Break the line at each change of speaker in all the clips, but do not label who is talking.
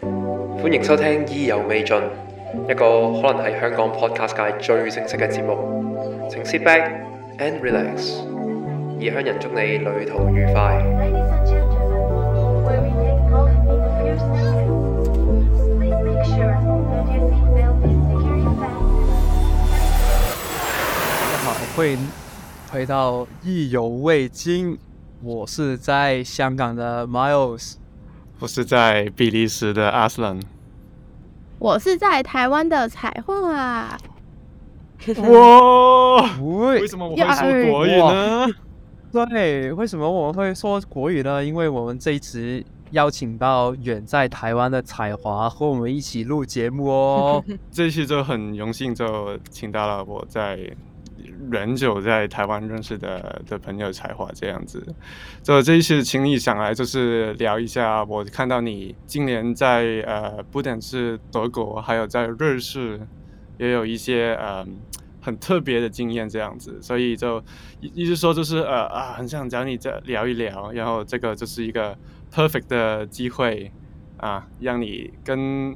歡迎收聽意猶未盡，一個可能喺香港 podcast 界最正式嘅節目。請 sit back and relax，異鄉人祝你旅途愉快。
Ladies and gentlemen, where we take coffee refused, please make sure that your seatbelt is securely fastened.
大家好，欢迎回到意犹未尽。我是在香港的 Miles，
我是在比利时的阿斯兰。
我是在台湾的彩绘啊，
哇！
喂
为，什么我会说国语呢？
对，为什么我们会说国语呢？因为我们这一集邀请到远在台湾的彩华和我们一起录节目哦。
这一期就很荣幸，就请到了我在很久在台湾认识的的朋友才华这样子。就这一次请你想来，就是聊一下，我看到你今年在呃，不但是德国，还有在瑞士，也有一些呃很特别的经验这样子。所以就意意思说，就是呃啊，很想找你再聊一聊，然后这个就是一个 perfect 的机会。啊，让你跟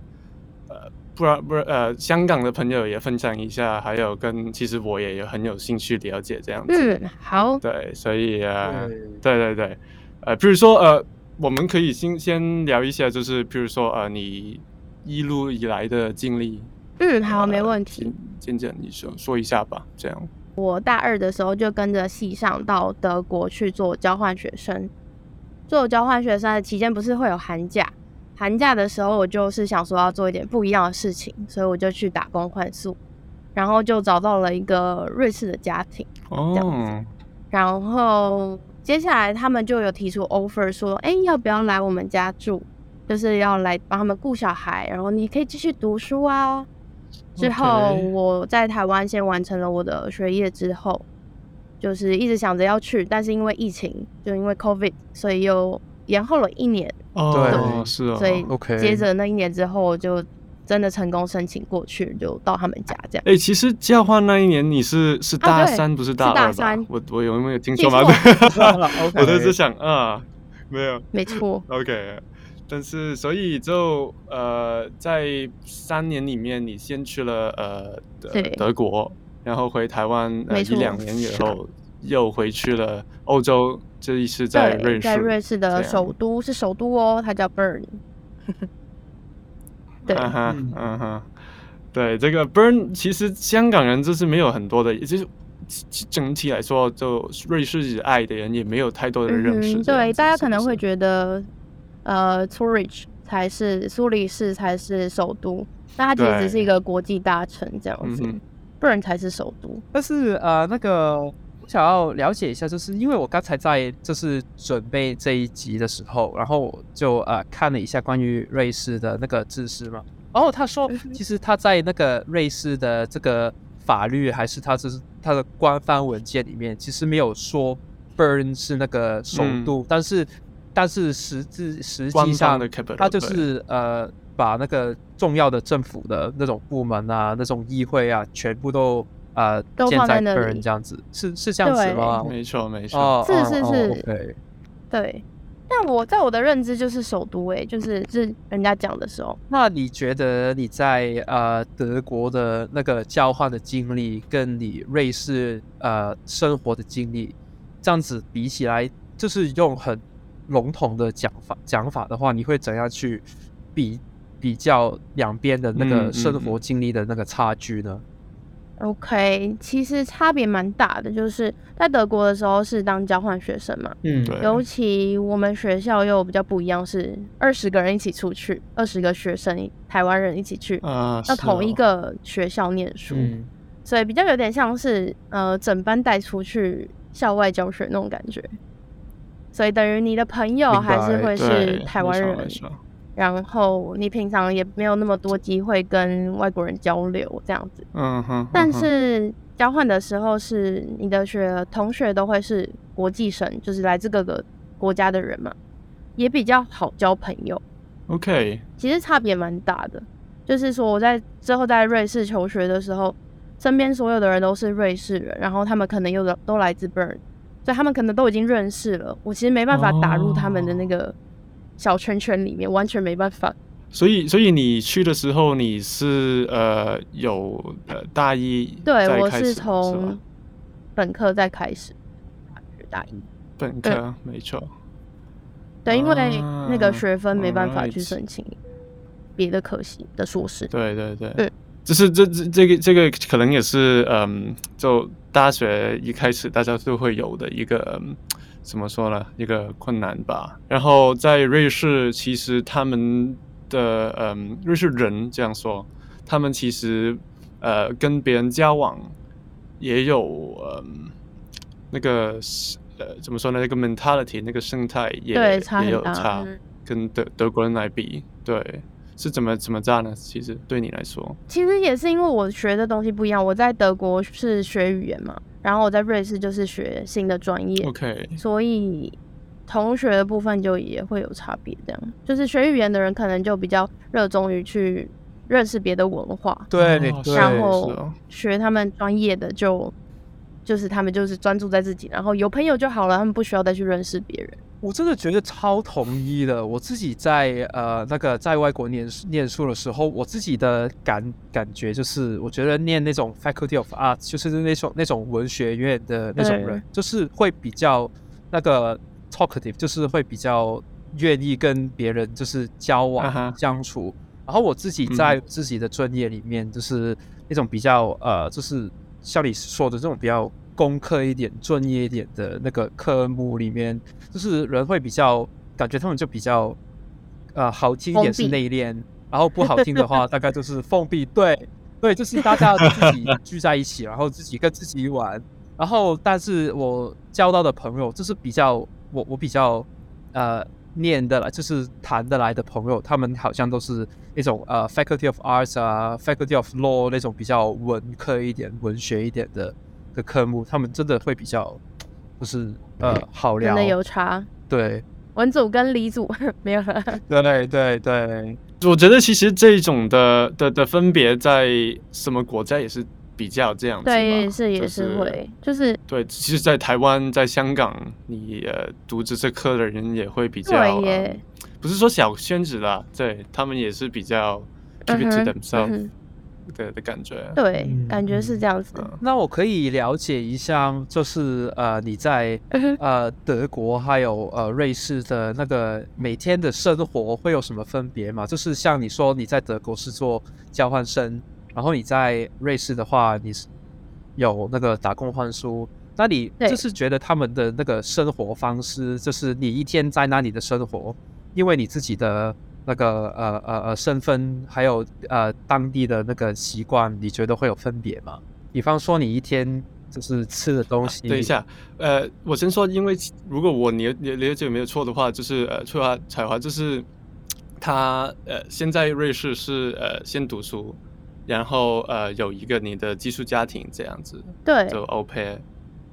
呃，不然不然呃，香港的朋友也分享一下，还有跟其实我也有很有兴趣了解这样子。
嗯， 好，
对，所以呃，
对
对对对，呃，比如说呃，我们可以先先聊一下，就是比如说呃，你一路以来的经历。
嗯，好，
呃
没问题
先。先这样你说说一下吧，这样。
我大二的时候就跟着系上到德国去做交换学生。做交换学生的期间不是会有寒假，寒假的时候我就是想说要做一点不一样的事情，所以我就去打工换宿，然后就找到了一个瑞士的家庭。
哦，
然后接下来他们就有提出 offer 说，哎，要不要来我们家住？就是要来帮他们顾小孩，然后你可以继续读书啊。之后
OK
我在台湾先完成了我的学业之后，就是一直想着要去，但是因为疫情，就因为 COVID，所以又延后了一年。
哦，
对
是哦。
所以
OK
接着那一年之后，我就真的成功申请过去，就到他们家这样。
哎，其实交换那一年你是是
啊
大
对
三，不是
是
大
大
二吧
三？
我我有没有听
记
错吗？
OK
我都是想啊，没有
没错，
，OK。但是所以就呃，在三年里面，你先去了呃德
对
德国，然后回台湾呃
没
一
错
两年以后，又回去了欧洲，这一次在
对，
瑞
在
士，
瑞士
这
的
样
首都是首都哦，它 叫 Bern。对，
嗯
嗯
哼，嗯哼，对，这个 burn 其实香港人就是没有很多的，就是整体来说，就瑞士爱的人也没有太多的认识
嗯，
这样子。
对，大家可能
是不
会
是
觉得，呃，Zurich 才是苏黎世才是首都，但它其实只是
对
一个国际大城这样子
嗯哼
，Bern 才是首都。
但是呃，那个我想要了解一下，就是因为我刚才在就是准备这一集的时候，然后我就呃看了一下关于瑞士的那个知识嘛。然后他说，
嗯
其实他在那个瑞士的这个法律还是他就是他的官方文件里面，其实没有说 Bern 是那个首
嗯
都，但是但是实质实
官
际
方
上
的 capital，
它就
对
是呃，把那个重要的政府的那种部门啊、那种议会啊，全部都呃
都
建
放
在
在那
Bern
里
这样子，是是这样子
对
吗？
没错没错。
啊哦，
是是是
对，
对，但我在我的认知就是首都、欸，就是是人家讲的时候，
那你觉得你在呃德国的那个交换的经历，跟你瑞士呃生活的经历，这样子比起来，就是用很笼统的讲法讲法的话，你会怎样去比比较两边的那
嗯
个
嗯
生
嗯
活经历的那个差距呢？
OK，其实差别蛮大的，就是在德国的时候是当交换学生嘛，
嗯
对
尤其我们学校又比较不一样，是二十个人一起出去，二十个学生台湾人一起去，
啊，
到
是
同一
哦嗯
个学校念书，
嗯
所以比较有点像是呃整班带出去校外教学那种感觉。所以等于你的朋友
明白
还是会是
对
台
没
湾
错没
人，
错
然后你平常也没有那么多机会跟外国人交流这样子。
嗯哼，
但
嗯哼
是交换的时候是你的学同学都会是国际生，就是来自各个国家的人嘛，也比较好交朋友。
OK，
其实差别蛮大的，就是说我在之后在瑞士求学的时候，身边所有的人都是瑞士人，然后他们可能有的都来自 Bern，所以他们可能都已经认
哦
识了。我其实没办法打入他们的那个小圈圈里面，完全没办法。
所以，所以你去的时候你是呃有呃大一
对
在
我
开始
是
吧
从本科再开始大一，
本
对
科没错，
对，因为那
啊
个学分没办法去
alright
申请别的科系的硕士。
对对对，
对
就是这这这个这个可能也是嗯，就大学一开始大家都会有的一个、嗯怎么说呢，一个困难吧。然后在瑞士，其实他们的嗯，瑞士人这样说，他们其实呃跟别人交往也有嗯那个是呃怎么说呢，那个 mentality 那个生态也
对差
也
很
有
大
差
嗯，
跟德德国人来比，对。是怎么怎么炸呢？其实对你来说，
其实也是因为我学的东西不一样，我在德国是学语言嘛，然后我在瑞士就是学新的专业
OK，
所以同学的部分就也会有差别。这样，就是学语言的人可能就比较热衷于去认识别的文化，
对你
哦
对
然
是
后
哦
学他们专业的就就是他们就是专注在自己，然后有朋友就好了，他们不需要再去认识别人。
我真的觉得超统一的。我自己在呃那个在外国念书念书的时候，我自己的感感觉就是，我觉得念那种 Faculty of Arts，就是那种那种文学院的那种人
对，
就是会比较那个 talkative，就是会比较愿意跟别人就是交往、
啊哈
相处。然后我自己
嗯
在自己的专业里面，就是那种比较呃，就是像你说的这种比较功课一点、专业一点的那个科目里面，就是人会比较感觉他们就比较呃好听一点是
封
内敛，然后不好听的话大概就是封闭。对 对，就是大家自己聚在一起，然后自己跟自己玩。然后，但是我交到的朋友就是比较我我比较呃念的来，就是谈得来的朋友，他们好像都是那种呃 Faculty of Arts 啊，Faculty of Law 那种比较文科一点、文学一点的的科目，他们真的会比较就是呃好
真
聊
的，有差，
对
文组跟理组 没有了。
对对对，
我觉得其实这种的的的分别在什么国家也是比较这样子吧，
对，也是
就
也是会，就是
对，其实，在台湾、在香港，你呃读这些科的人也会比较，
对耶
呃不是说小圈子啦，对他们也是比较 keep it
嗯
to
哼嗯
themselves 的、的感觉。啊
对，
嗯
感觉是这样子。
嗯
那我可以了解一下，就是呃，你在
嗯哼
呃德国还有呃瑞士的那个每天的生活会有什么分别吗？就是像你说你在德国是做交换生，然后你在瑞士的话，你是有那个打工换书。那你
对
就是觉得他们的那个生活方式，就是你一天在那里的生活，因为你自己的那个呃呃呃身份，还有呃当地的那个习惯，你觉得会有分别吗？比方说你一天就是吃的东西，
啊等一，下，呃，我先说，因为其如果我了了了解没有错的话，就是呃，翠华彩华就是他呃，先在瑞士是呃先读书，然后呃有一个你的寄宿家庭这样子，
对，
就 au pair，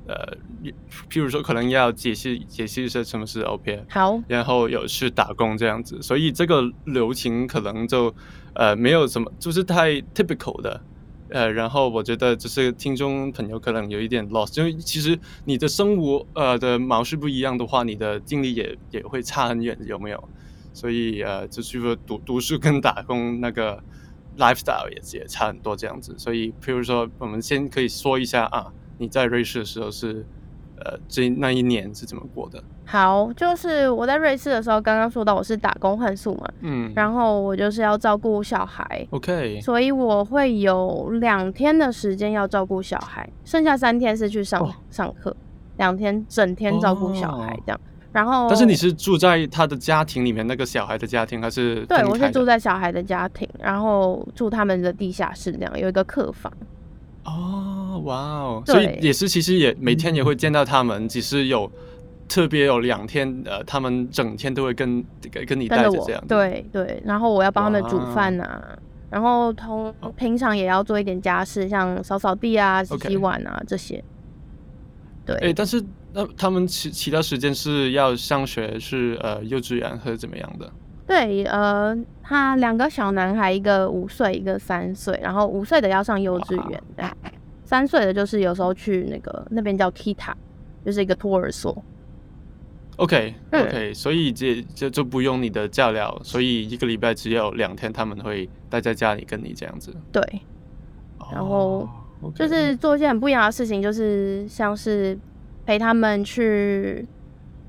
呃，一譬如说可能要解释解释一下什么是 au pair，
好，
然后有去打工这样子，所以这个流程可能就呃没有什么，就是太 typical 的。呃，然后我觉得就是听众朋友可能有一点 lost，因为其实你的生活呃的模式不一样的话，你的经历也也会差很远，有没有？所以呃，就是说读读书跟打工那个 lifestyle 也也差很多这样子。所以，譬如说，我们先可以说一下啊，你在瑞士的时候是呃这那一年是怎么过的？
好，就是我在瑞士的时候，刚刚说到我是打工换宿嘛，
嗯，
然后我就是要照顾小孩，
OK，
所以我会有两天的时间要照顾小孩，剩下三天是去上、
哦
上课，两天整天照顾小孩
哦
这样。然后，
但是你是住在他的家庭里面，那个小孩的家庭还是
对
分
我是
开
住
的
在小孩的家庭，然后住他们的地下室这样，有一个客房。
哦，哇哦，
对
所以也是其实也每天也会见到他们，只是有特别有两天呃，他们整天都会跟跟跟你
跟
带
着
着
我
这样，，
对对，然后我要帮他们煮
哇
饭啊，然后同平常也要做一点家事，像扫扫地啊、洗
哦 OK
洗碗啊这些。对，
哎，但是那他们其其他时间是要上学，是呃幼稚园或者怎么样的？
对，呃，他两个小男孩，一个五岁，一个三岁，然后五岁的要上幼稚园，这样三岁的就是有时候去那个那边叫 Kita，就是一个托儿所，
OK
嗯
OK，、所以这这就不用你的假疗，所以一个礼拜只有两天他们会待在家里跟你这样子。
对，然后
哦，OK
就是做一些很不一样的事情，就是像是陪他们去，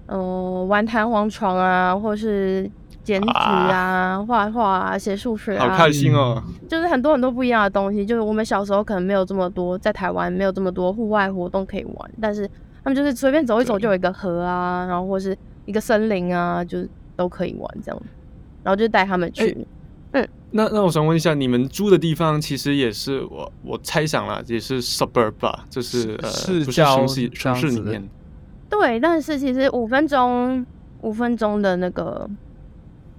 呃，玩弹簧床啊，或是剪纸啊、画画啊、写数学
好
啊，
开心哦！
就是很多很多不一样的东西。就是我们小时候可能没有这么多，在台湾没有这么多户外活动可以玩，但是他们就是随便走一走
对
就有一个河啊，然后或是一个森林啊，就是都可以玩这样。然后就带他们去，
那那我想问一下，你们住的地方其实也是我我猜想啦，也是 suburb 吧，就是呃
市
不是
郊
城市
这样
城市里
子的
面。
对，但是其实五分钟五分钟的那个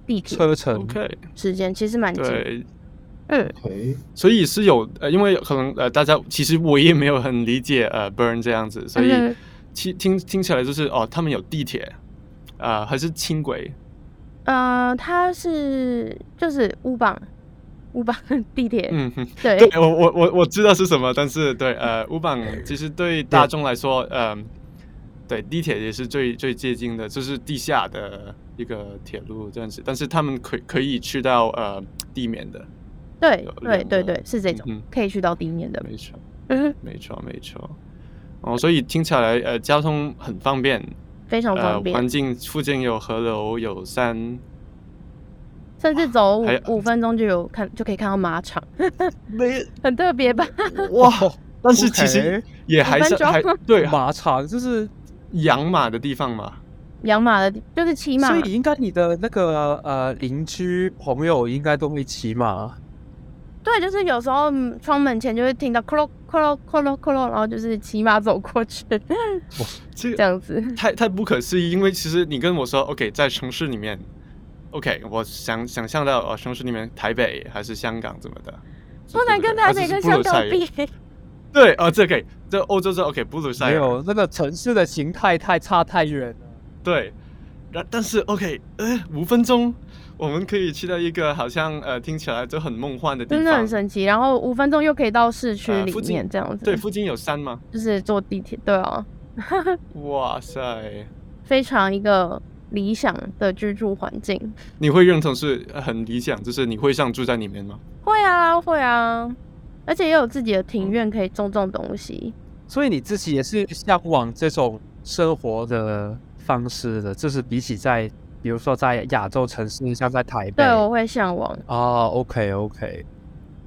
地铁
车程
OK，
时间其实蛮近，
对，
嗯，
哎
OK，
所以是有呃，因为可能呃，大家其实我也没有很理解呃 burn 这样子，所以
嗯哼
其听听起来就是哦，他们有地铁啊、呃还是轻轨
呃，它是就是乌邦乌邦地铁，
嗯哼，
对
对我我我我知道是什么，但是对呃，五榜其实对大众来说，嗯、对地铁也是最最接近的，就是地下的一个铁路这样子，但是他们可可以去到呃地面的，
对
有
对
两
对
个
对，是这种、
嗯哼
可以去到地面的，
没错
嗯哼，
没错没错，哦，所以听起来呃交通很方便，
非常
呃
方便，
环境附近有河流有山，
甚至走五
还有嗯
五分钟就有看就可以看到马场，
没
很特别吧？
哇，但是其实
OK
也还是
五分钟
还对
马场就是，
养马的地方嘛，
养马的地就是骑马
所，以你应该你的那个呃邻居朋友应该都会骑马，
对，就是有时候嗯窗门前就会听到咯咯咯咯咯咯，然后就是骑马走过去
这个
这样子，
太太不可思议，因为其实你跟我说，OK，在城市里面，OK，我想想象到哦，城市里面台北还是香港怎么的，是
不能跟台北跟
是不
香港。
是还是布鲁塞
比。
尔对，哦，这可以，这欧洲是 OK，布鲁塞
没
尔
有那个城市的形态太差太远了。
对，然但是 OK，呃，五分钟，我们可以去到一个好像呃听起来就很梦幻的地
真
方，
的很神奇。然后五分钟又可以到市区
呃
里
附近
面，这样子、
对，附近有山吗？
就是坐地铁，对啊，
哇塞，
非常一个理想的居住环境。
你会认同是呃很理想，就是你会想住在里面吗？
会啊，会啊，嗯而且也有自己的庭院可以种种东西。
所以你自己也是向往这种生活的方式的，就是比起在比如说在亚洲城市，像在台北
对，我会向往。
啊，OK OK，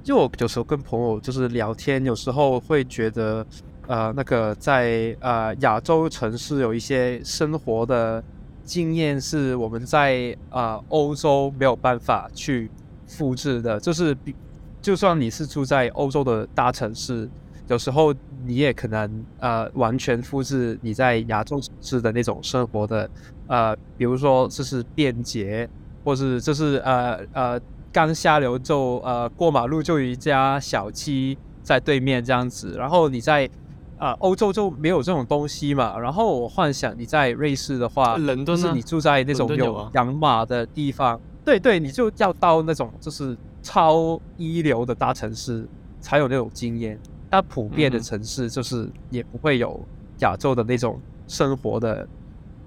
就我有时候跟朋友就是聊天，有时候会觉得，呃，那个在呃亚洲城市有一些生活的经验是我们在呃欧洲没有办法去复制的，就是比就算你是住在欧洲的大城市。有时候你也可能呃完全复制你在亚洲城市的那种生活的呃，比如说就是便捷，或是就是呃呃刚下流就呃过马路就有一家小七在对面这样子，然后你在呃欧洲就没有这种东西嘛，然后我幻想你在瑞士的话，
呃伦
就
敦
是
呢
你？住在那
伦
种
敦有
有
啊
养马的地方，对对，你就要到那种就是超一流的大城市才有那种经验，但普遍的
嗯哼
城市就是也不会有亚洲的那种生活的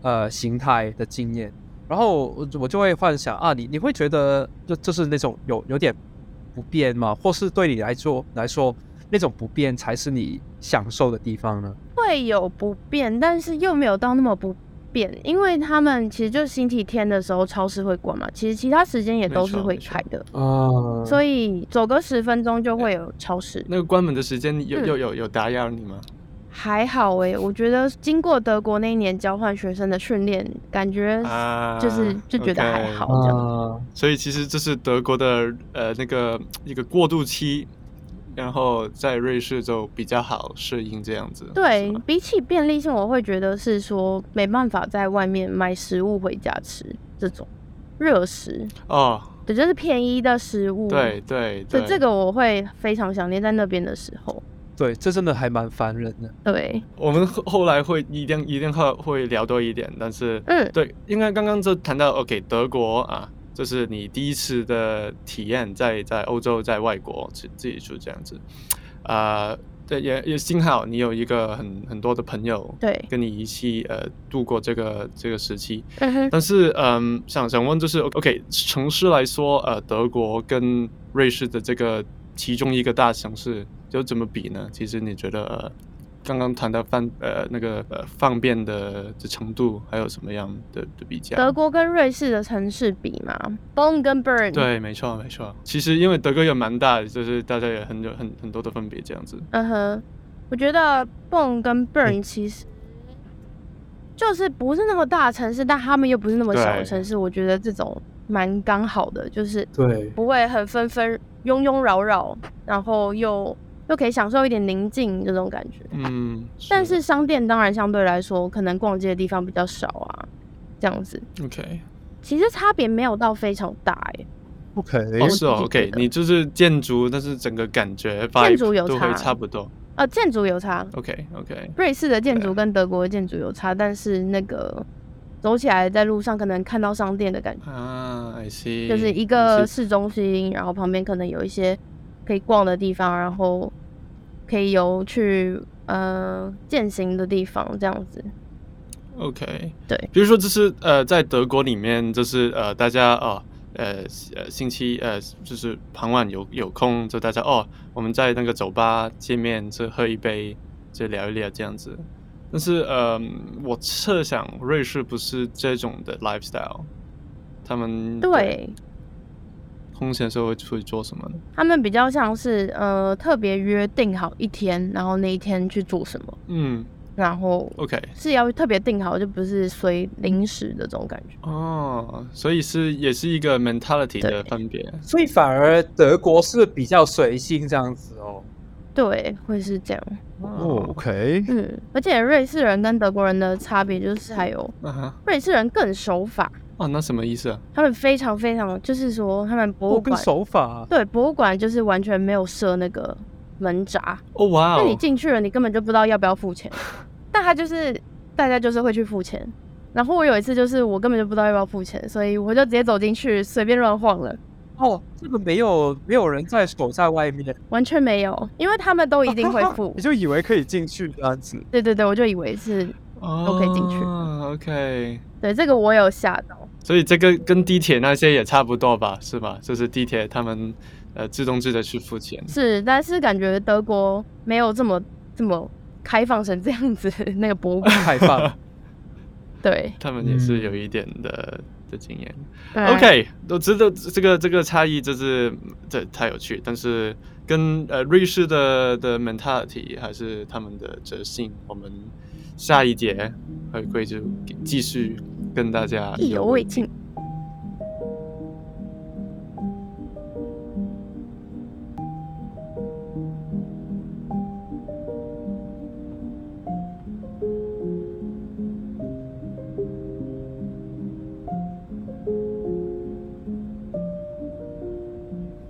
呃形态的经验。然后我我就会幻想啊，你你会觉得就就是那种有有点不便嘛，或是对你来说来说那种不便才是你享受的地方呢？
会有不便，但是又没有到那么不便，因为他们其实就是星期天的时候超市会关嘛，其实其他时间也
没
都是
错
会
没错嗯
开的，
啊
所以走个十分钟就会有超市。
那个关门的时间有
嗯
有有有打扰你吗？
还好诶、我觉得经过德国那一年交换学生的训练，感觉
啊
就是就觉得还
OK
好这样。
啊，
所以其实这是德国的呃那个一个过渡期，然后在瑞士就比较好适应这样子。
对
是吗，
比起便利性，我会觉得是说没办法在外面买食物回家吃这种热食，
哦，
对，就是便宜的食物。
对，对
这
对，
嗯这个我会非常想念在那边的时候。
对，这真的还蛮烦人的。
对，
我们后后来会一定一定会会聊多一点，但是
嗯，
对，应该刚刚就谈到 OK 德国啊，就是你第一次的体验在在欧洲在外国自自己住这样子，啊、对，也也幸好你有一个很很多的朋友
对，
跟你一起呃度过这个这个时期。
嗯哼，
但是，嗯，想想问，就是 OK，城市来说，呃，德国跟瑞士的这个其中一个大城市，就怎么比呢？其实你觉得，呃、刚刚谈到方呃那个呃方便的的程度，还有什么样的的比较？
德国跟瑞士的城市比嘛，Bonn 跟 Bern，，
对，没错，没错。其实因为德国也蛮大的，就是大家也很有很很多的分别这样子。
嗯哼，我觉得 Bonn 跟
嗯
Bern 其实就是不是那么大的城市，但他们又不是那么小的
对
城市，我觉得这种蛮刚好的，就是
对，
不会很纷纷庸庸扰扰，然后又又可以享受一点宁静这种感觉。
嗯，
但是商店当然相对来说，可能逛街的地方比较少啊，这样子。
OK，
其实差别没有到非常大哎、
不可能
哦
我
是哦
自己觉
，OK，
得
你就是建筑，但是整个感觉
建筑
vibe
有
都会
差
差不多。
呃，建筑有差，
OK OK，
瑞士的建
对
筑跟德国的建筑有差，但是那个走起来在路上可能看到商店的感觉，
啊，I see，
就是一
I
个
see
市中心，然后旁边可能有一些可以逛的地方，然后可以有去呃践行的地方这样子。
OK，
对，
比如说就是呃，在德国里面，就是呃，大家哦，呃呃，星期呃，就是傍晚有有空，就大家哦，我们在那个酒吧见面，就喝一杯，就聊一聊这样子。但是呃，我设想瑞士不是这种的 lifestyle，他们
嗯对，
空闲的时候会会做什么呢？
他们比较像是呃特别约定好一天，然后那一天去做什么，
嗯
然后
，OK，
是要特别定好，就不是随临时的这种感觉。
哦，所以是也是一个 mentality
对
的分别。
所以反而德国是比较随性这样子哦。
嗯对，会是这样。
哦，OK，
嗯，而且瑞士人跟德国人的差别就是还有
啊哈，
瑞士人更守法，
哦，那什么意思啊？
他们非常非常就是说他们博
我
物
哦跟
馆、
手法
对博物馆就是完全没有设那个门闸，
哦，哇
那、
哦，
你进去了你根本就不知道要不要 付钱，但他就是大家就是会去付钱。然后我有一次就是我根本就不知道要不要付钱，所以我就直接走进去随便乱晃了，
哦，这个没有没有人在守在外面，
完全没有，因为他们都一定会 付
你。就以为可以进去这样子。
对对对，我就以为是都可以进去
哦 OK，
对这个我有吓到。
所以这个跟地铁那些也差不多吧，是吧？就是地铁他们呃自动自的去付钱。
是，但是感觉德国没有这么这么开放成这样子，那个博物馆。
开放
对
他们也是有一点的、的经验。
对
OK，我知道这个这个差异就是这太有趣，但是跟呃瑞士的的 mentality 还是他们的哲性，我们下一节回归就继续跟大家
意犹未尽。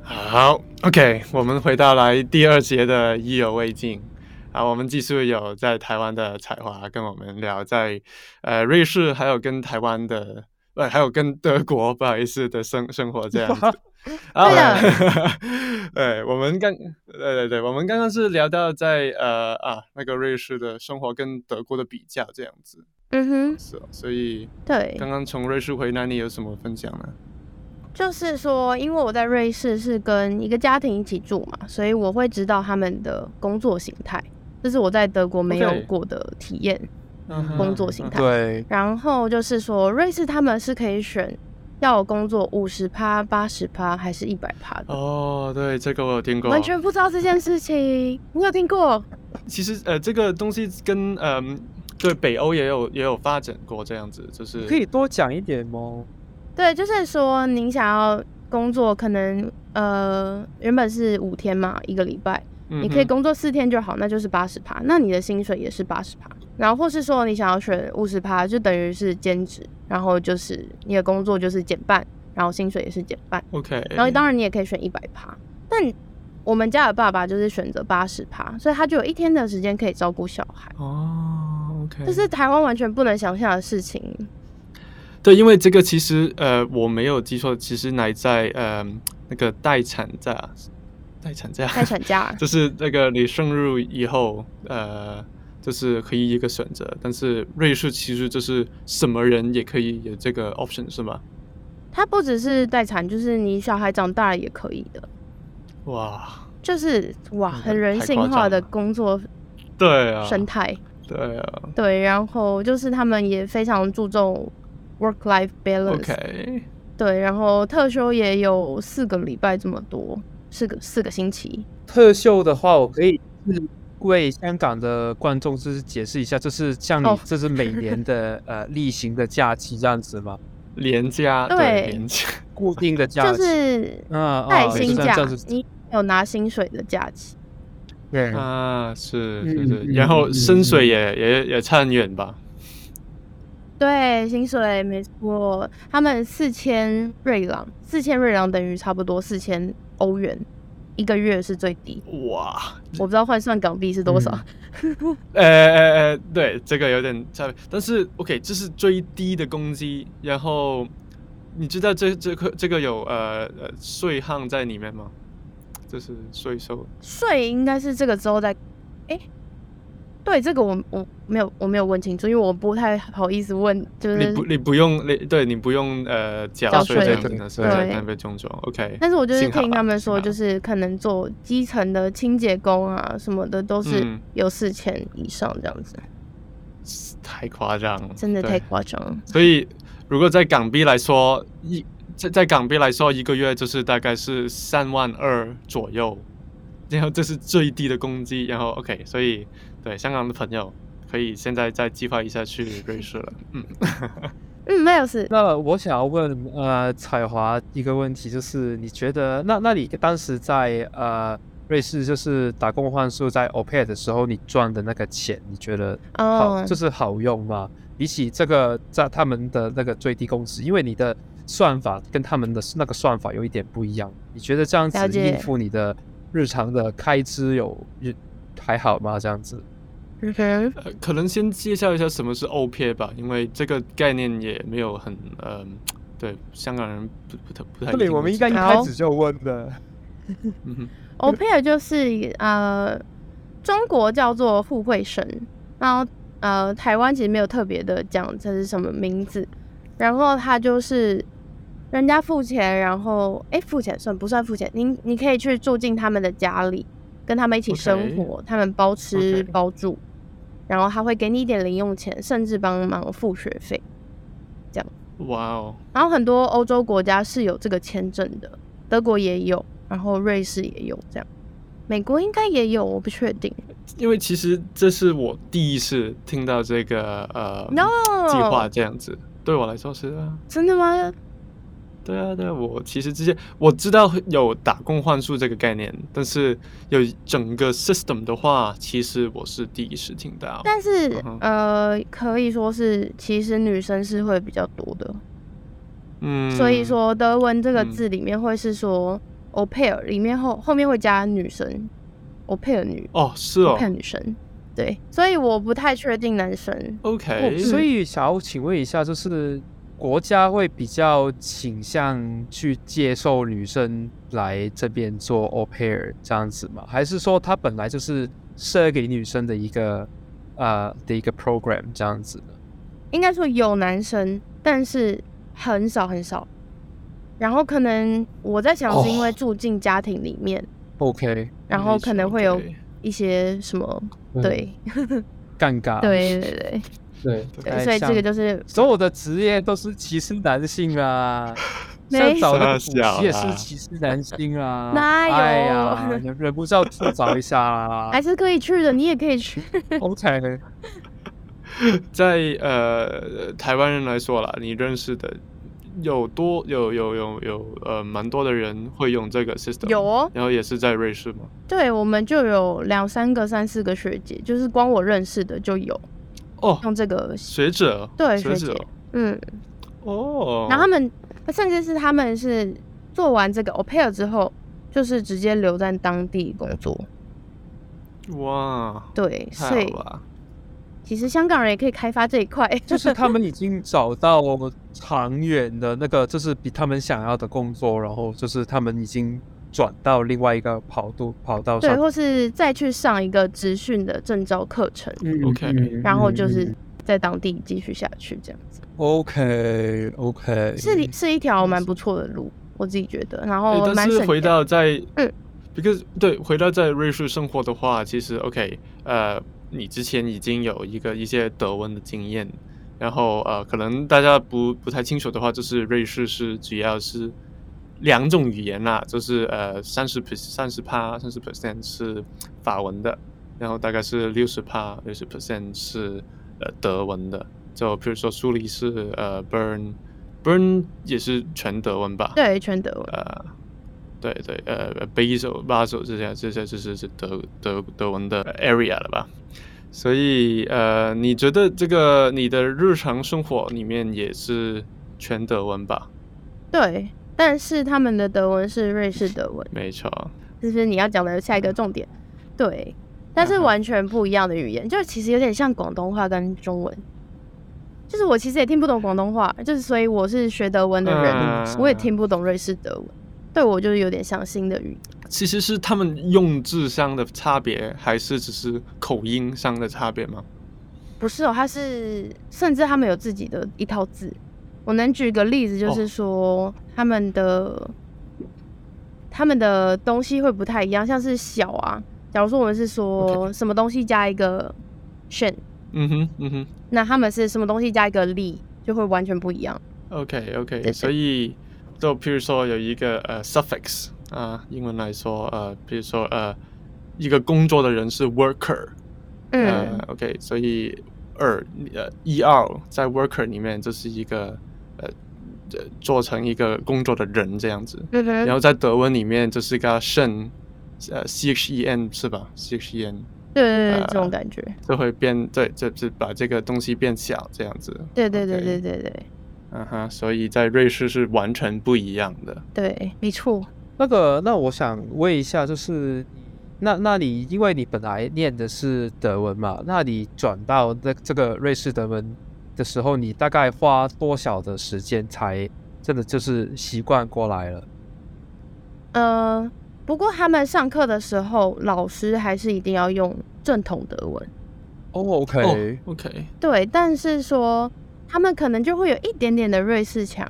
好，OK，我们回到来第二节的意犹未尽。啊，我们继续有在台湾的彩华跟我们聊在呃瑞士，还有跟台湾的，呃，还有跟德国，不好意思的生生活这样 子。
对啊
啊， 对，我们刚，对对对，我们刚刚是聊到在呃啊那个瑞士的生活跟德国的比较这样子，
嗯哼，
是哦，所以
对
刚，刚从瑞士回来，你有什么分享呢？
就是说，因为我在瑞士是跟一个家庭一起住嘛，所以我会知道他们的工作形态，这是我在德国没有
OK 嗯
过的体验工
工
作形态。
对，
然后就是说，瑞士他们是可以选要有工作五十趴、八十趴还是一百趴的。
哦，对，这个我有听过，
完全不知道这件事情，你有听过？
其实呃，这个东西跟嗯、对北欧也有也有发展过这样子，就是
可以多讲一点吗？
对，就是说您想要工作，可能呃原本是五天嘛，一个礼拜，
嗯
你可以
哼
工作四天就好，那就是八十趴，那你的薪水也是八十趴。然后或是说你想要选五十趴，就等于是兼职，然后就是你的工作就是减半，然后薪水也是减半。
OK，
然后当然你也可以选一百趴，但我们家的爸爸就是选择八十趴，所以他就有一天的时间可以照顾小孩。
哦，OK，
这是台湾完全不能想象的事情。
对，因为这个其实呃，我没有记错，其实乃在呃那个待产假待产假，
待产假
就是那个你升入以后，呃，就是可以一个选择，但是瑞士其实就是什么人也可以有这个 option 是吗？
它不只是待产，就是你小孩长大了也可以的，
哇，
就是哇，
那个
很人
嗯太
性
夸张
化的
了
工作
对啊，
生态。
对啊
对，然后就是他们也非常注重 work life balance。
，OK，
对，然后特休也有四个礼拜这么多，四个四个星期。
特秀的话，我可以是为香港的观众就是解释一下，就是像你
哦
这是每年 的呃例行的假期这样子嘛，
廉价，
对
廉价，
固定的假
就
期，
是
嗯，
带
哦
薪
这
假
样这样，子
你有拿薪水的假期，
对
啊，是
嗯
是是，
嗯
然后
嗯
薪水也也也差很远吧？
对，薪水没错，他们四千瑞郎，四千瑞郎等于差不多四千欧元，一个月是最低，
哇，
我不知道换算港币是多少。
呃呃呃，对，这个有点差别，但是 OK，这是最低的工资，然后你知道这这个这个有呃呃税项在里面吗？就是税收，
税应该是这个之后再，哎、对，这个我我没有我没有问清楚，因为我不太好意思问，就
你
是
不你不用你对你不用呃
缴
缴税
税
这样子的，所以
对
在那边种种 OK。
但是我就是
幸好
听他
啦
们
幸
说，
好
就是可能做基层的清洁工啊什么的，都是
嗯
有四千以上这样子，
太夸张了，
真的
对
太夸张了。
所以如果在港币来说，一在在港币来说，一个月就是大概是三万二左右，然后这是最低的工资，然后 OK，所以对香港的朋友可以现在再计划一下去瑞士了，嗯，
嗯，Miles，
那我想要问呃彩华一个问题，就是你觉得那那你当时在呃瑞士就是打工换宿在 o p e 的时候，你赚的那个钱，你觉得好、
哦
就是好用吗？比起这个在他们的那个最低工资，因为你的算法跟他们的那个算法有一点不一样，你觉得这样子
了解
应付你的日常的开支有有还好吗？这样子？
嗯哼，
呃可能先介绍一下什么是 OP 吧，因为这个概念也没有很嗯、对香港人不不太不太一定会知道，
一开始
就问的。
嗯哼
o p a i 就是呃，中国叫做互惠生，然后呃，台湾其实没有特别的讲这是什么名字，然后它就是人家付钱，然后哎、付钱算不算付钱？你你可以去住进他们的家里，跟他们一起生
OK
活他们包吃
OK
包住，然后他会给你一点零用钱，甚至帮忙付学费。
哇哦，
然后很多欧洲国家是有这个签证的，德国也有，然后瑞士也有这样，美国应该也有，我不确定。
因为其实这是我第一次听到这个呃
No
计划这样子，对我来说是啊，
真的吗？
对啊，对啊，我其实之前我知道有打工换宿这个概念，但是有整个 system 的话，其实我是第一次听到。
但是、
嗯哼
呃，可以说是其实女生是会比较多的，
嗯，
所以说德文这个
嗯
字里面会是说 o p a i r 里面后后面会加女生 o p a i r 女、
哦，是
o
哦
p a i r 女生，对，所以我不太确定男生。
，OK，
所以想要请问一下，就是国家会比较倾向去接受女生来这边做 au pair 这样子吗？还是说它本来就是设给女生的一个呃的一个 program 这样子呢？
应该说有男生，但是很少很少。然后可能我在想，是因为
哦
住进家庭里面，
哦
OK，
然后可能会有
OK 嗯
一些什么，对
尴尬。
对对对
对，
对，
哎
所以这个
像
就是
所有的职业都是歧视男性 啊，
没
像找那个补
傻笑
习也是
啦
歧视男性啊，
哪有 哎
哎呀，忍忍不住要吐槽一下
啊
啦
还。是可以去的，你也可 以去。
OK，
在呃台湾人来说啦，你认识的有多有有有有呃蛮多的人会用这个 system，
有哦
然后也是在瑞士嘛。
对，我们就有两三个、三四个学姐，就是光我认识的就有
哦，
用这个，
学者，哦
对
学
学
者
姐嗯，
哦，
然后他们甚至是他们是做完这个 o p a i r 之后，就是直接留在当地工作。
哇，
对，
太
所
好
以
了，
其实香港人也可以开发这 一块，
就是他们已经找到长远的那个，就是比他们想要的工作，然后就是他们已经转到另外一个跑度跑道
对，
上。
或是再去上一个职训的证照课程，
嗯
OK
嗯
然后就
嗯
是在当地继续下去，这样子
OK OK，
是
嗯
一是一条蛮不错的路，我自己觉得。然后
对，但
蛮
是
省
回
钱
到在
嗯
，because 对，回到在瑞士生活的话，其实 OK，呃，你之前已经有一个一些德文的经验，然后呃，可能大家不不太清楚的话，就是瑞士是主要是两种语言啦，就是呃三十 per 三十趴三十 percent 是法文的，然后大概是六十趴六十 percent 是呃德文的，就比如说苏黎世呃 Bern。Bern 也是全德文吧？
对全德文，
呃，对对，呃，北手、巴手这些这些这些是德德德文的 area 了吧？所以呃，你觉得这个你的日常生活里面也是全德文吧？
对，但是他们的德文是瑞士德文，
没错，
这是你要讲的下一个重点。对，但是
嗯哼
完全不一样的语言，就其实有点像广东话跟中文。就是我其实也听不懂广东话，就是所以我是学德文的人，
嗯
我也听不懂瑞士德文。对我就是有点像新的语言。
其实是他们用字上的差别，还是只是口音上的差别吗？
不是哦，他是甚至他们有自己的一套字。我能举个例子，
哦
就是说、他们的他们的东西会不太一样，像是小啊，假如说我们是说什么东西加一个 shen，
嗯哼，嗯哼。
那他们是什么东西加一个 li，就会完全不一样。
OK
对
OK，所以就譬如说有一个呃 suffix 啊、英文来说呃，比如说呃，一个工作的人是 worker，
嗯，
呃，OK，所以二呃 er 在 worker 里面就是一个呃呃做成一个工作的人这样子，
嗯
然
哼，
后在德文里面就是个 shen，呃 c h e n 是吧？c h e n
对对对，
呃
这种感觉。
就会变对，就就把这个东西变小这样子。
对对对
OK
对对对
嗯哼，所以在瑞士是完全不一样的。
对，没错。
那个，那我想问一下，就是那那你因为你本来念的是德文嘛，那你转到这这个瑞士德文的时候，你大概花多少的时间才真的就是习惯过来了？
呃，不过他们上课的时候，老师还是一定要用正统德文。
哦，OK、o k
o k
对，但是说他们可能就会有一点点的瑞士墙，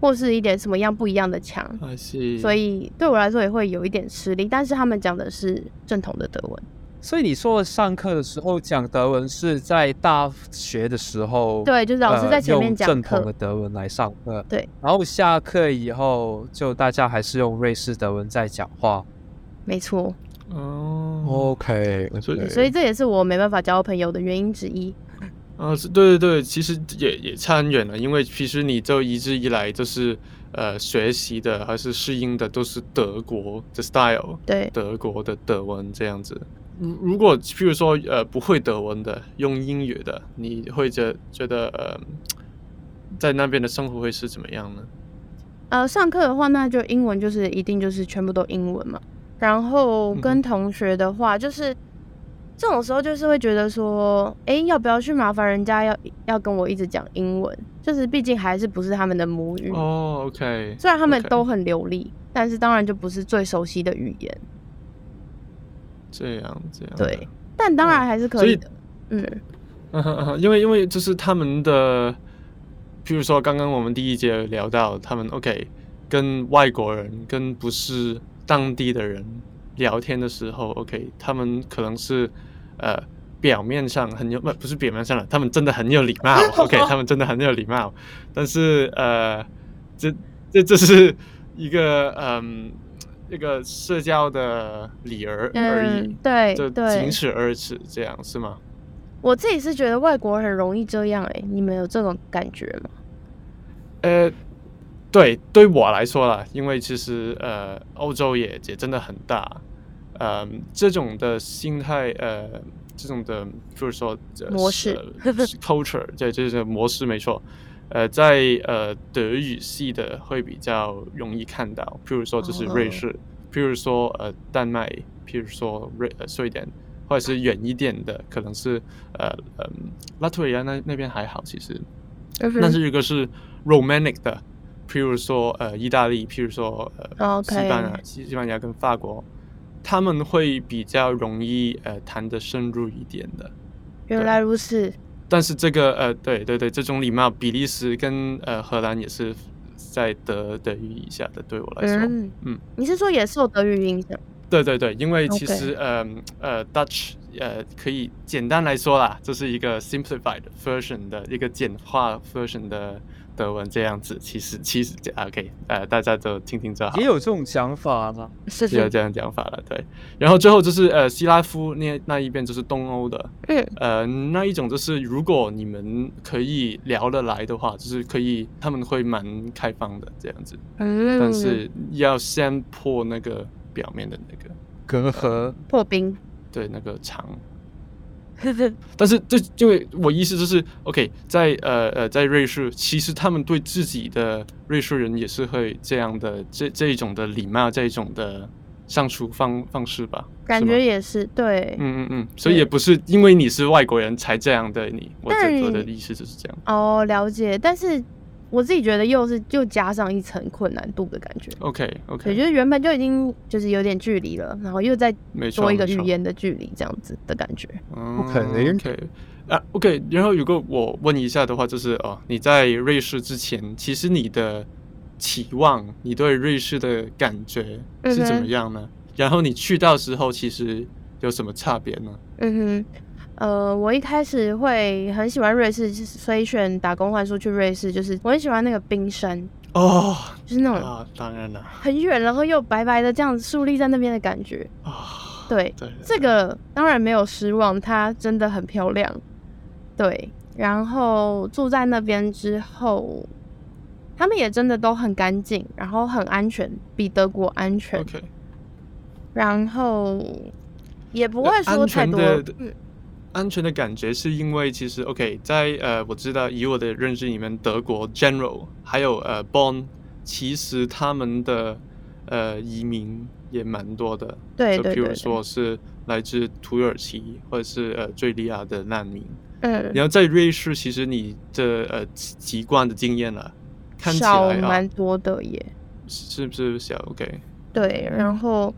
或是一点什么样不一样的墙，
I see。
所以对我来说也会有一点吃力。但是他们讲的是正统的德文，
所以你说上课的时候讲德文是在大学的时候，呃
对，就是老师在前面
用
讲
正
课，
统的德文来上课，
对，
然后下课以后就大家还是用瑞士德文在讲话。
没错。
哦
OK，
所以
对
所以这也是我没办法交朋友的原因之一。
啊，是对对对，其实也也差很远了，因为其实你就一直以来就是呃学习的还是适应的都是德国的 style，
对，
德国的德文这样子。如如果譬如说呃不会德文的，用英语的，你会觉觉得呃在那边的生活会是怎么样呢？
呃，上课的话，那就英文就是一定就是全部都英文嘛。然后
嗯
跟同学的话，就是这种时候就是会觉得说，诶，要不要去麻烦人家要要跟我一直讲英文？就是毕竟还是不是他们的母语，
哦，OK，
虽然他们
OK，
都很流利，但是当然就不是最熟悉的语言。
这样这样的
对，但当然还是可
嗯所
以
以
的。嗯，
嗯哼嗯哼， 因为因为就是他们的，譬如说刚刚我们第一节有聊到，他们 OK 跟外国人跟不是当地的人聊天的时候，OK 他们可能是呃表面上很有，不不是表面上了，他们真的很有礼貌 ，OK 他们真的很有礼貌，但是呃这这这是一个嗯、一个社交的理儿而已，
嗯对
就
对
仅此而此，这样是吗？
我自己是觉得外国很容易这样、诶，你们有这种感觉吗？
呃，对，对我来说啦，因为其实呃，欧洲也也真的很大，呃，这种的心态，呃，这种的，就是说、呃、
模
是
式
呃是 culture，对，就是模式没错。呃，在呃德语系的会比较容易看到，譬如说就是瑞
哦
士，譬如说呃丹麦，譬如说瑞呃瑞典，或者是远一点的，可能是呃嗯、
嗯
拉脱维亚那那边还好，其实，但是一个是 Romanic 的，譬如说呃意大利，譬如说呃
OK
西班牙、西西班牙跟法国，他们会比较容易呃谈得深入一点的。
原来如此，
但是这个呃，对对对，这种礼貌，比利时跟呃荷兰也是在德德语以下的，对我来说，
嗯
嗯
你是说也受德语影响？
对对对，因为其
OK
实呃呃 Dutch 呃可以简单来说啦，这是一个 simplified version 的一个简化 version 的德文这样子，其实其实啊 OK 呃大家都听听就好
也。有这种想法呢。
是
有
是，
这样讲法了，对。然后最后就是呃，希拉夫那那一边就是东欧的，
嗯，
呃，那一种就是如果你们可以聊得来的话，就是可以，他们会蛮开放的这样子，
嗯，
但是要先破那个表面的那个
隔阂，
破冰，
对那个 墙。但是这因为我意思就是，OK，在呃呃在瑞士，其实他们对自己的瑞士人也是会这样的这这一种的礼貌，这一种的相处方方式吧，
感
是吗
觉也是对，
嗯嗯嗯，所以也不是因为你是外国人才这样对你，我
但
这我的意思就是这样。
哦，了解。但是我自己觉得又是又加上一层困难度的感觉，
OK
也
OK，
就是原本就已经就是有点距离了，然后又再
没错
多一个
没
语
错
言的距离，这样子的感觉。
不
可能
OK 啊 OK，然后如果我问一下的话，就是哦，你在瑞士之前，其实你的期望，你对瑞士的感觉是怎么
嗯哼
样呢？然后你去到时候，其实有什么差别呢？
嗯哼，呃，我一开始会很喜欢瑞士，就是所以选打工换宿去瑞士，就是我很喜欢那个冰山，
哦
就是那种
啊，当然了
很远，然后又白白的这样竖立在那边的感觉。
啊，
对，
对
这个当然没有失望，它真的很漂亮。对，然后住在那边之后，他们也真的都很干净，然后很安全，比德国安全。
OK，
然后也不会
那
说
安
太
全
多，
的
嗯，
安全的感觉是因为其实 OK，在呃，我知道以我的认识里面，德国 General 还有呃 Bonn，其实他们的呃移民也蛮多的，
对
就
对
比如
对
说是来自土耳其或者是呃叙利亚的难民。
嗯，
然后在瑞士，其实你的呃习惯的经验了，看起
嗯少
来
蛮
啊，
多的耶。
是不是小 OK？
对，
嗯
然后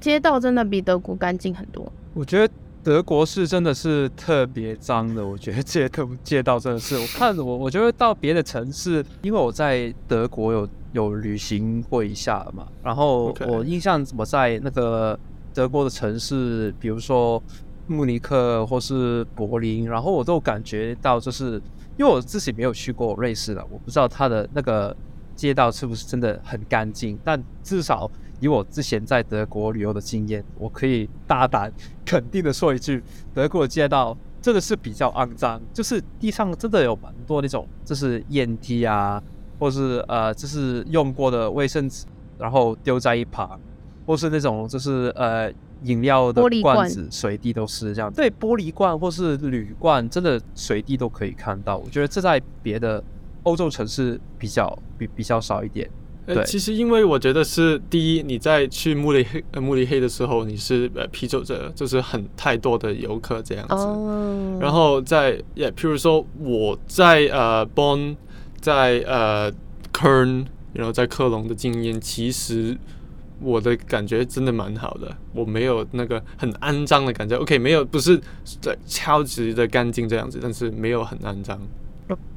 街道真的比德国干净很多。
我觉得德国是真的是特别脏的，我觉得街道街道真的 是，我看我我觉得到别的城市，因为我在德国有有旅行过一下嘛，然后
OK
我印象我在那个德国的城市，比如说慕尼克或是柏林，然后我都感觉到就是。因为我自己没有去过瑞士的，我不知道它的那个街道是不是真的很干净，但至少以我之前在德国旅游的经验，我可以大胆肯定的说一句，德国的街道真的是比较肮脏，就是地上真的有蛮多那种就是烟蒂啊，或是呃就是用过的卫生纸，然后丢在一旁，或是那种就是呃饮料的
玻璃罐
罐子随地都是这样。对，玻璃罐或是铝罐，真的随地都可以看到。我觉得这在别的欧洲城市比较比比较少一点。
呃，
对
其实因为我觉得是第一，你在去慕尼黑、呃、慕尼黑的时候，你是呃啤酒者，就是很太多的游客这样子。
哦，
然后在也，譬如说我在呃 Bonn，在呃 Kern，然后在科隆的经验，其实我的感觉真的蛮好的，我没有那个很肮脏的感觉。OK，没有不是对超级的干净这样子，但是没有很肮脏。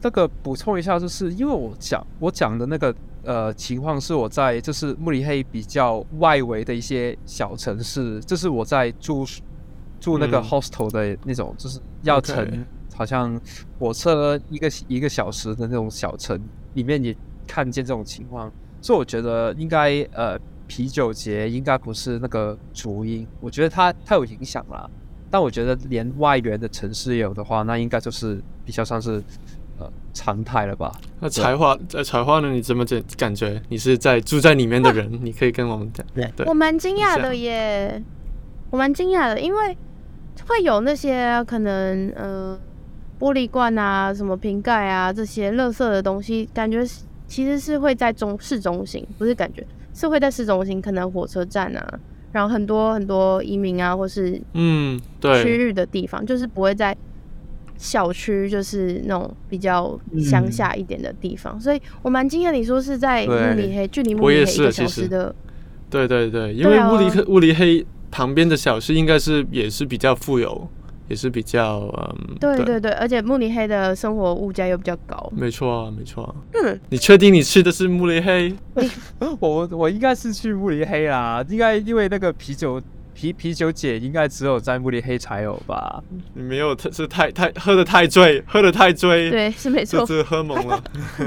那个补充一下，就是因为我讲我讲的那个呃情况是我在就是慕尼黑比较外围的一些小城市，就是我在住宿住那个
嗯
hostel 的那种，就是要
OK
乘好像火车一个一个小时的那种小城，里面也看见这种情况，所以我觉得应该呃啤酒节应该不是那个主因，我觉得它它有影响啦。但我觉得连外援的城市也有的话，那应该就是比较像是呃常态了吧？
那才华，呃，才华呢？你怎么感感觉？你是在住在里面的 人，你可以跟我们讲。对
我蛮惊讶
一下
的耶，我蛮惊讶的，因为会有那些可能呃玻璃罐啊、什么瓶盖啊这些垃圾的东西，感觉是其实是会在中市中心，不是感觉是会在市中心，可能火车站啊，然后很多很多移民啊或是
嗯，
区
对，
域的地方，就是不会在校区，就是那种比较
嗯
乡下一点的地方，所以我蛮惊讶你说是在慕尼黑，距离慕
我
尼黑
也
一
是
个小
其实
时的，
对对对，因
对
为
啊
乌里克乌里黑旁边的小市应该是也是比较富有，也是比较嗯，
对对对，而且慕尼黑的生活物价又比较高，
没错啊，没错啊。
嗯，
你确定你吃的是慕尼黑？
哦我我应该是去慕尼黑啦，应该因为那个啤酒啤啤酒姐应该只有在慕尼黑才有吧？
你没有，是太太喝的太醉，喝的太醉，，
对，是没
这
错，
次喝懵 了。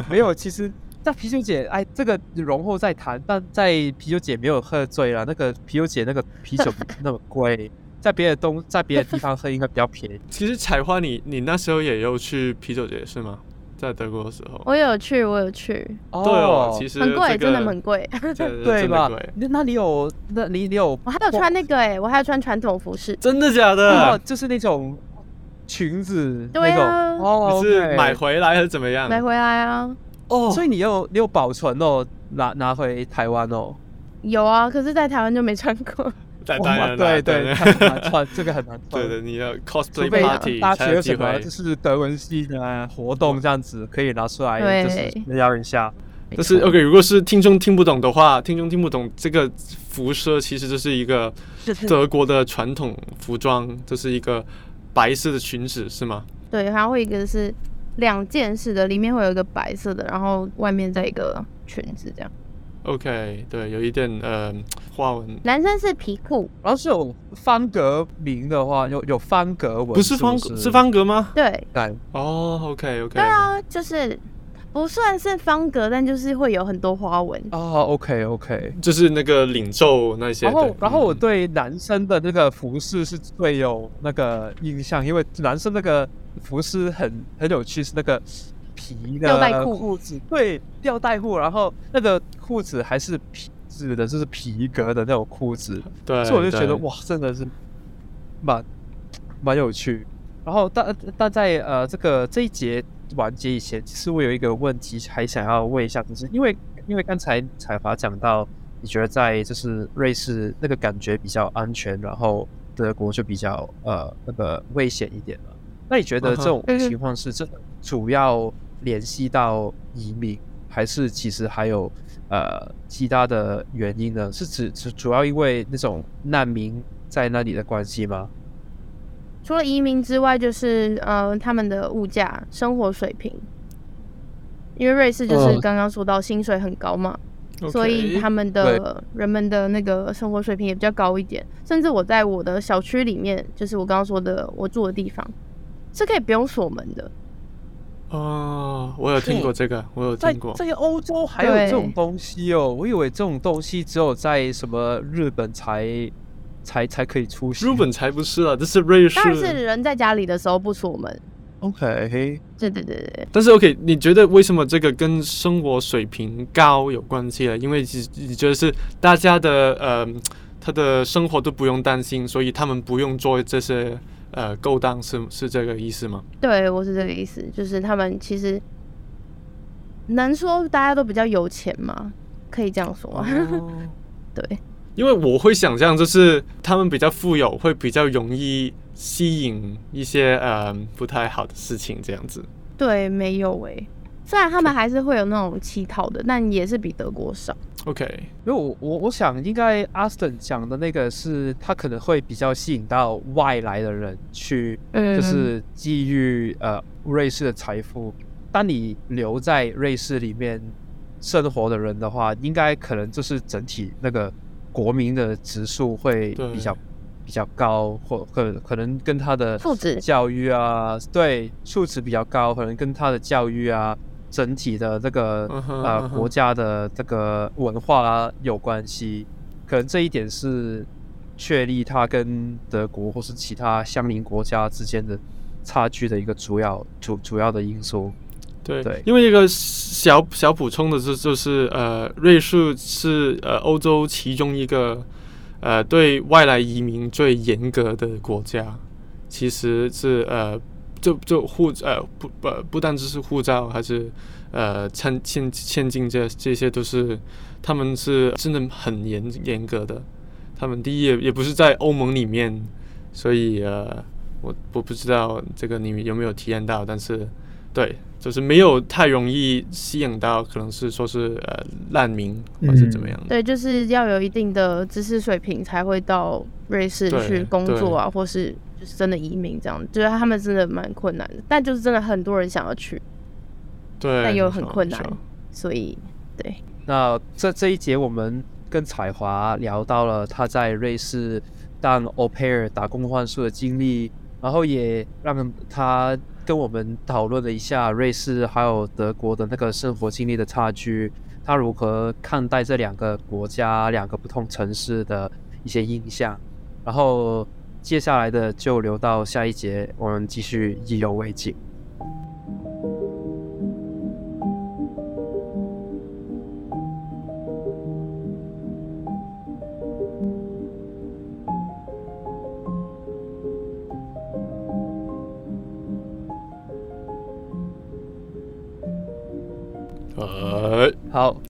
没有，其实那啤酒姐哎，这个容后再谈，但在啤酒姐没有喝醉啦，那个啤酒姐那个啤酒不那么贵，在别的东在别的地方喝应该比较便宜。
其实采花你，你那时候也有去啤酒节是吗？在德国的时候，
我有去，我有去，
哦
对哦，其实
很贵，
这个
真的很贵，
对对
对
真的
吧
贵？
那那里有那里你有
我还有穿那个哎、我还有穿传统服饰，
真的假
哦
的？，
就是那种裙子
对
那种
啊
哦，
你是
OK
买回来还是怎么样？
买回来啊，
哦，
所以你有你有保存哦，拿拿回台湾哦。
有啊，可是在台湾就没穿过，
当
哇
呃当然啦
对对，
当然
很难穿，这个很难穿。
对的，你要
除
cosplay
非
party
大
才
学有
有
什
机
么
会
就。是德文系的活动这样子，可以拿出来就是
对
邀一下。
但是 OK，如果是听众听不懂的话，听众听不懂这个服饰，其实就是一个德国的传统服装，这、是一个白色的裙子，是吗？
对，然后会一个是两件式的，里面会有一个白色的，然后外面再一个裙子这样。
OK，对，有一点呃花纹，
男生是皮裤，
然后是有方格名的话，有有方格文，
不是方
是
是方格吗？
对
格，
哦，OK OK，
对啊，就是不算是方格，但就是会有很多花纹。
哦，OK OK。
就是那个领袖那些。
然后
对，
然后我
嗯
对男生的那个服饰是最有那个印象，因为男生那个服饰很很有趣，是那个皮的
吊带裤
子，对，吊带裤，然后那个裤子还是皮质的，就是皮革的那种裤子，
对，
所以我就觉得
对，
哇，真的是蛮蛮有趣。然后但但在呃这个这一节完结以前，其实我有一个问题还想要问一下，就是因为因为刚才彩华讲到，你觉得在就是瑞士那个感觉比较安全，然后德国就比较呃那个危险一点了。那你觉得这种
嗯哼
情况是这主要联系到移民，还是其实还有呃其他的原因呢？是指只主要因为那种难民在那里的关系吗？
除了移民之外，就是呃他们的物价、生活水平。因为瑞士就是
嗯
刚刚说到薪水很高嘛，所
OK
以他们的人们的那个生活水平也比较高一点。甚至我在我的小区里面，就是我刚刚说的我住的地方，是可以不用锁门的。
哦，我有听过这 个，我有
在
听过。
在欧洲还有
对
这种东西哦，我以为这种东西只有在什么日本才才才可以出现。
日本才不是啊，这是瑞士。
当然是人在家里的时候不锁门。
OK，
对对对对，
但是 OK，你觉得为什么这个跟生活水平高有关系啊呢？因为其实你觉得是大家的呃，他的生活都不用担心，所以他们不用做这些呃勾当，是是这个意思吗？
对我是这个意思，就是他们其实能说大家都比较有钱吗？可以这样说
哦
吗？
嗯
对，
因为我会想象，就是他们比较富有，会比较容易吸引一些呃不太好的事情，这样子。
对，没有诶、虽然他们还是会有那种乞讨的，但也是比德国少。
OK，
因为我我我想应该阿 s t o n 讲的那个是他可能会比较吸引到外来的人去，
嗯
就是基于呃瑞士的财富。当你留在瑞士里面生活的人的话，应该可能就是整体那个国民的指数会
对
比较比较高，或可可能跟他的
素质
教育啊，对素质比较高，可能跟他的教育啊。整体的这个
嗯哼
呃
嗯哼
国家的这个文化啊有关系，可能这一点是确立它跟德国或是其他相邻国家之间的差距的一个主要主主要的因素。
对，
对
因为一个小小补充的是，就是呃，瑞士是呃欧洲其中一个呃对外来移民最严格的国家，其实是呃就就护呃不不不单只是护照，还是呃签签签证这这些都是他们是真的很严严格的，他们第一也也不是在欧盟里面，所以呃我我不知道这个你有没有体验到，但是对，就是没有太容易吸引到，可能是说是呃难民或是怎么样的。
对，就是要有一定的知识水平才会到瑞士
对
去工作啊，或是就是真的移民这样，就是他们真的蛮困难的，但就是真的很多人想要去，
对，
但又
没
很
错
困
没
难
错，
所以对，
那这这一节我们跟彩华聊到了他在瑞士当 au pair 打工换宿的经历，然后也让他跟我们讨论了一下瑞士还有德国的那个生活经历的差距，他如何看待这两个国家、两个不同城市的一些印象，然后接下来的就留到下一节，我们继续意犹未尽。
呃，呃
好，